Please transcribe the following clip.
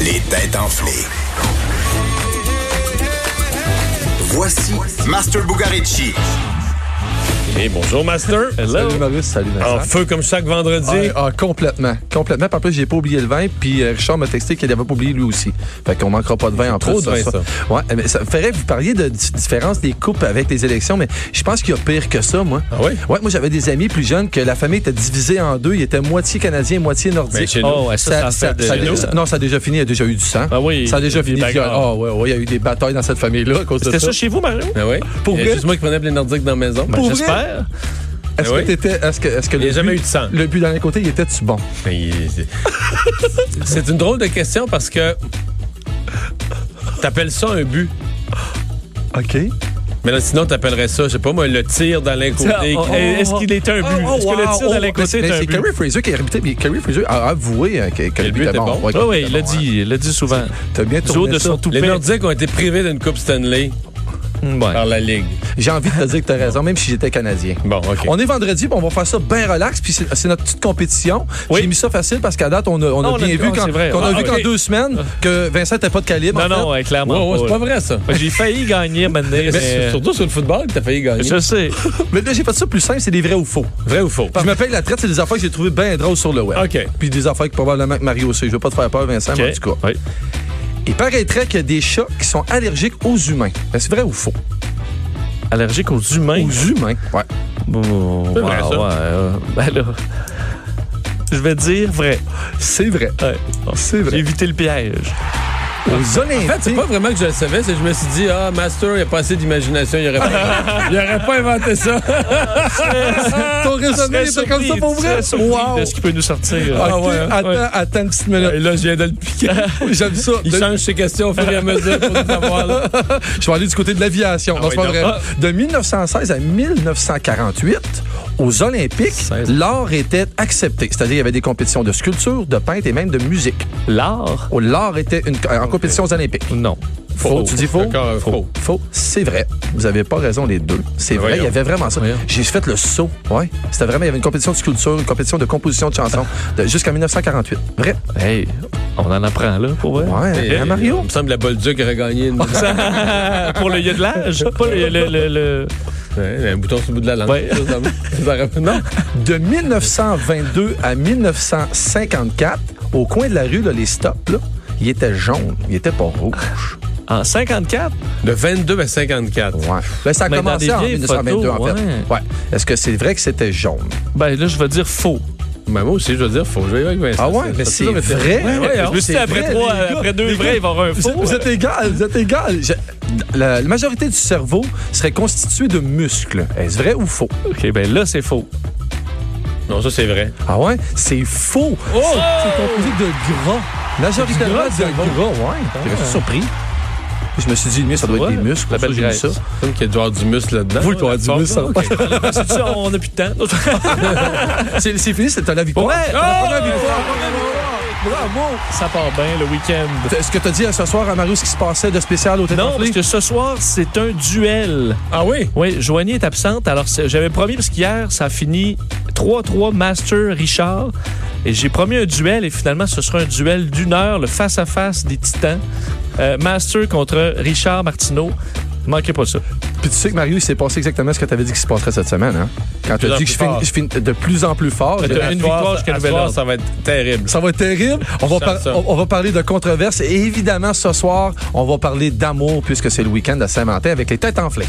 Les têtes enflées. Voici Master Bugarici. Et bonjour, Master. Salut Maurice, salut Vincent. En feu comme chaque vendredi. Ah, ah, complètement, complètement. Puis en plus, j'ai pas oublié le vin, puis euh, Richard m'a texté qu'il n'avait pas oublié lui aussi. Fait qu'on manquera pas de vin en trop plus. de vin, ça. Ouais, mais ça me ferait, vous parliez de di- différence des coupes avec les élections, mais je pense qu'il y a pire que ça, moi. Ah oui? Ouais, moi, j'avais des amis plus jeunes que la famille était divisée en deux. Ils étaient moitié canadiens, moitié nordiques. Mais chez nous. Oh, ouais, ça, ça, fait de- a déjà- non, ça a déjà fini. Il y a déjà eu du sang. Ah oui, Ça a déjà des fini. bagarres. Ah ouais, ouais, il y a eu des batailles dans cette famille-là à cause de C'était ça. ça chez vous, Mario? Ah oui? Pour Il y a vrai? juste moi qui prenais les nordiques dans la maison. Pour vrai? Ben, J'espère. Est-ce Ah que oui? t'étais, est-ce que, est-ce que Il y a le jamais but- eu de sang. Le but d'un côté, il était-tu bon? Mais Ben, il- c'est- C'est une drôle de question parce que t'appelles ça un but. OK. Mais là, sinon, t'appellerais ça, je sais pas moi, le tir dans l'un côté. Oh, oh, Est-ce qu'il était un but? Oh, oh, Est-ce que le wow, tir oh, de l'Écossais mais est un C'est but? Kerry Fraser qui a arbitré, mais Kerry Fraser a avoué hein, que, que le but était bon. Oui, que oui, le but il l'a était bon, dit, il l'a dit souvent. hein. T'as bien Du haut tourné de ça. son toupet. Les Nordiques ont été privés d'une Coupe Stanley Mm, ouais. par la Ligue. J'ai envie de te dire que t'as raison, même si j'étais Canadien. Bon, OK. On est vendredi, puis on va faire ça bien relax, puis c'est c'est notre petite compétition. Oui. J'ai mis ça facile parce qu'à date, on a, on a Ah, on a- bien vu ah, qu'en c'est vrai. qu'on a Ah, vu ok. qu'en deux semaines que Vincent n'était pas de calibre. Non, en fait. non, ouais, clairement. Ouais, ouais, c'est pas, pas ouais. vrai, ça. J'ai failli gagner maintenant. Mais surtout sur le football, t'as failli gagner. Je sais. Mais là, j'ai fait ça plus simple, c'est des vrais ou faux. Vrai ou faux? Je me paye la traite, c'est des affaires que j'ai trouvées bien drôles sur le web. OK. Puis des affaires que probablement que Mario aussi. Je veux pas te faire peur, Vincent, mais en tout cas. Oui. Il paraîtrait qu'il y a des chats qui sont allergiques aux humains. Ben, c'est vrai ou faux? Allergique aux humains. Aux humains. Ouais. Bon, C'est ouais, vrai, ça. ouais, euh, ben là, je vais dire vrai. C'est vrai. Ouais. C'est J'ai vrai. évité le piège. Aux En fait, c'est Olympiques. pas vraiment que je le savais, c'est que je me suis dit, ah, Master, il a pas assez d'imagination, il aurait pas, il aurait pas inventé ça. Ton raisonnement Très était comme ça surpris, pour vrai? très surpris Wow. Ah, de ce qui peut nous sortir. OK, Ah ouais, ouais. attends, attends une petite minute. Et là, je viens de le piquer. J'aime ça. Il De- change ses questions au fur et à mesure pour nous avoir, là. Ah Je vais aller du côté de l'aviation. Non, oui, c'est pas non. vrai. De 1916 à 1948, aux Olympiques, Seize. l'art était accepté. C'est-à-dire, il y avait des compétitions de sculpture, de peintre et même de musique. L'art? Oh, L'art était une- en compétition aux Olympiques. Non. Faux, tu dis faux? Encore un faux. Faux, c'est vrai. Vous avez pas raison les deux. C'est vrai, il y voyons. avait vraiment ça. Voyons. J'ai fait le saut, ouais. C'était vraiment, il y avait une compétition de sculpture, une compétition de composition de chansons de- jusqu'en 1948. Vrai. Hey, on en apprend là, pour vrai. Ouais, hein, Eh, Il Mario. me semble que la Bolduc aurait gagné une... pour le yodelage? Pas le... le, le, le- Ouais, un bouton sur le bout de la langue. Ouais. Ça, ça- ça aurait- non? De 1922 à 1954, au coin de la rue, là, les stops, là, il était jaune, il était pas rouge. En 54? De 22 à 54. Ouais. Ben, ça a Mais dans commencé des en vieilles 1922, en fait. photos, ouais. Ouais. Est-ce que c'est vrai que c'était jaune? Ben là, je vais dire faux. Mais Ben, moi aussi, je veux dire, faut jouer avec Vincent. Ah ouais, Ça- mais ça- c'est ça- ça- vrai. Ouais, ouais, je me suis dit, Ben c'est après, vrai, trois, les gars. après deux vrais, il va y avoir un Vous faux. êtes, vous êtes égal, vous êtes égal. Je- la, la majorité du cerveau serait constituée de muscles. Est-ce vrai ou faux? OK, ben là, c'est faux. Non, ça, c'est vrai. Ah ouais? C'est faux! C'est composé de gras. Majoritairement Oh! Du gras, c'est de gras, ouais. J'avais juste surpris. Je me suis dit, le mieux, ça doit être Ouais, des muscles. la pour belle ça, j'ai mis graisse. ça. Comme qu'il y a du avoir du muscle là-dedans. Oui, tu vas avoir du muscle, ça. C'est ça, on n'a plus de temps. C'est c'est fini, c'était la victoire. Ouais. C'est la première victoire. Bravo! ça part bien le week-end. Est-ce que tu as dit euh, ce soir à Mario ce qui se passait de spécial au Tête Non, parce enflée? que ce soir, c'est un duel. Ah oui? Oui, Joanie est absente. Alors, c'est- j'avais promis, parce qu'hier, ça a fini 3-3 Master Richard. Et j'ai promis un duel, et finalement, ce sera un duel d'une heure, le face-à-face des titans. Euh, Master contre Richard Martineau. Manquez pas ça. Puis tu sais que Mario, il s'est passé exactement ce que tu avais dit qui se passerait cette semaine. Hein? Quand tu plus as en dit que plus je finis, fort. je finis de plus en plus fort, j'ai- t'as À une soir, victoire ça- jusqu'à à nouvel soir, ordre. Ça va être terrible. Ça va être terrible. On va, par- J'aime ça. on, on va parler de controverses. Et évidemment, ce soir, on va parler d'amour puisque c'est le week-end à Saint-Martin avec les têtes enflées.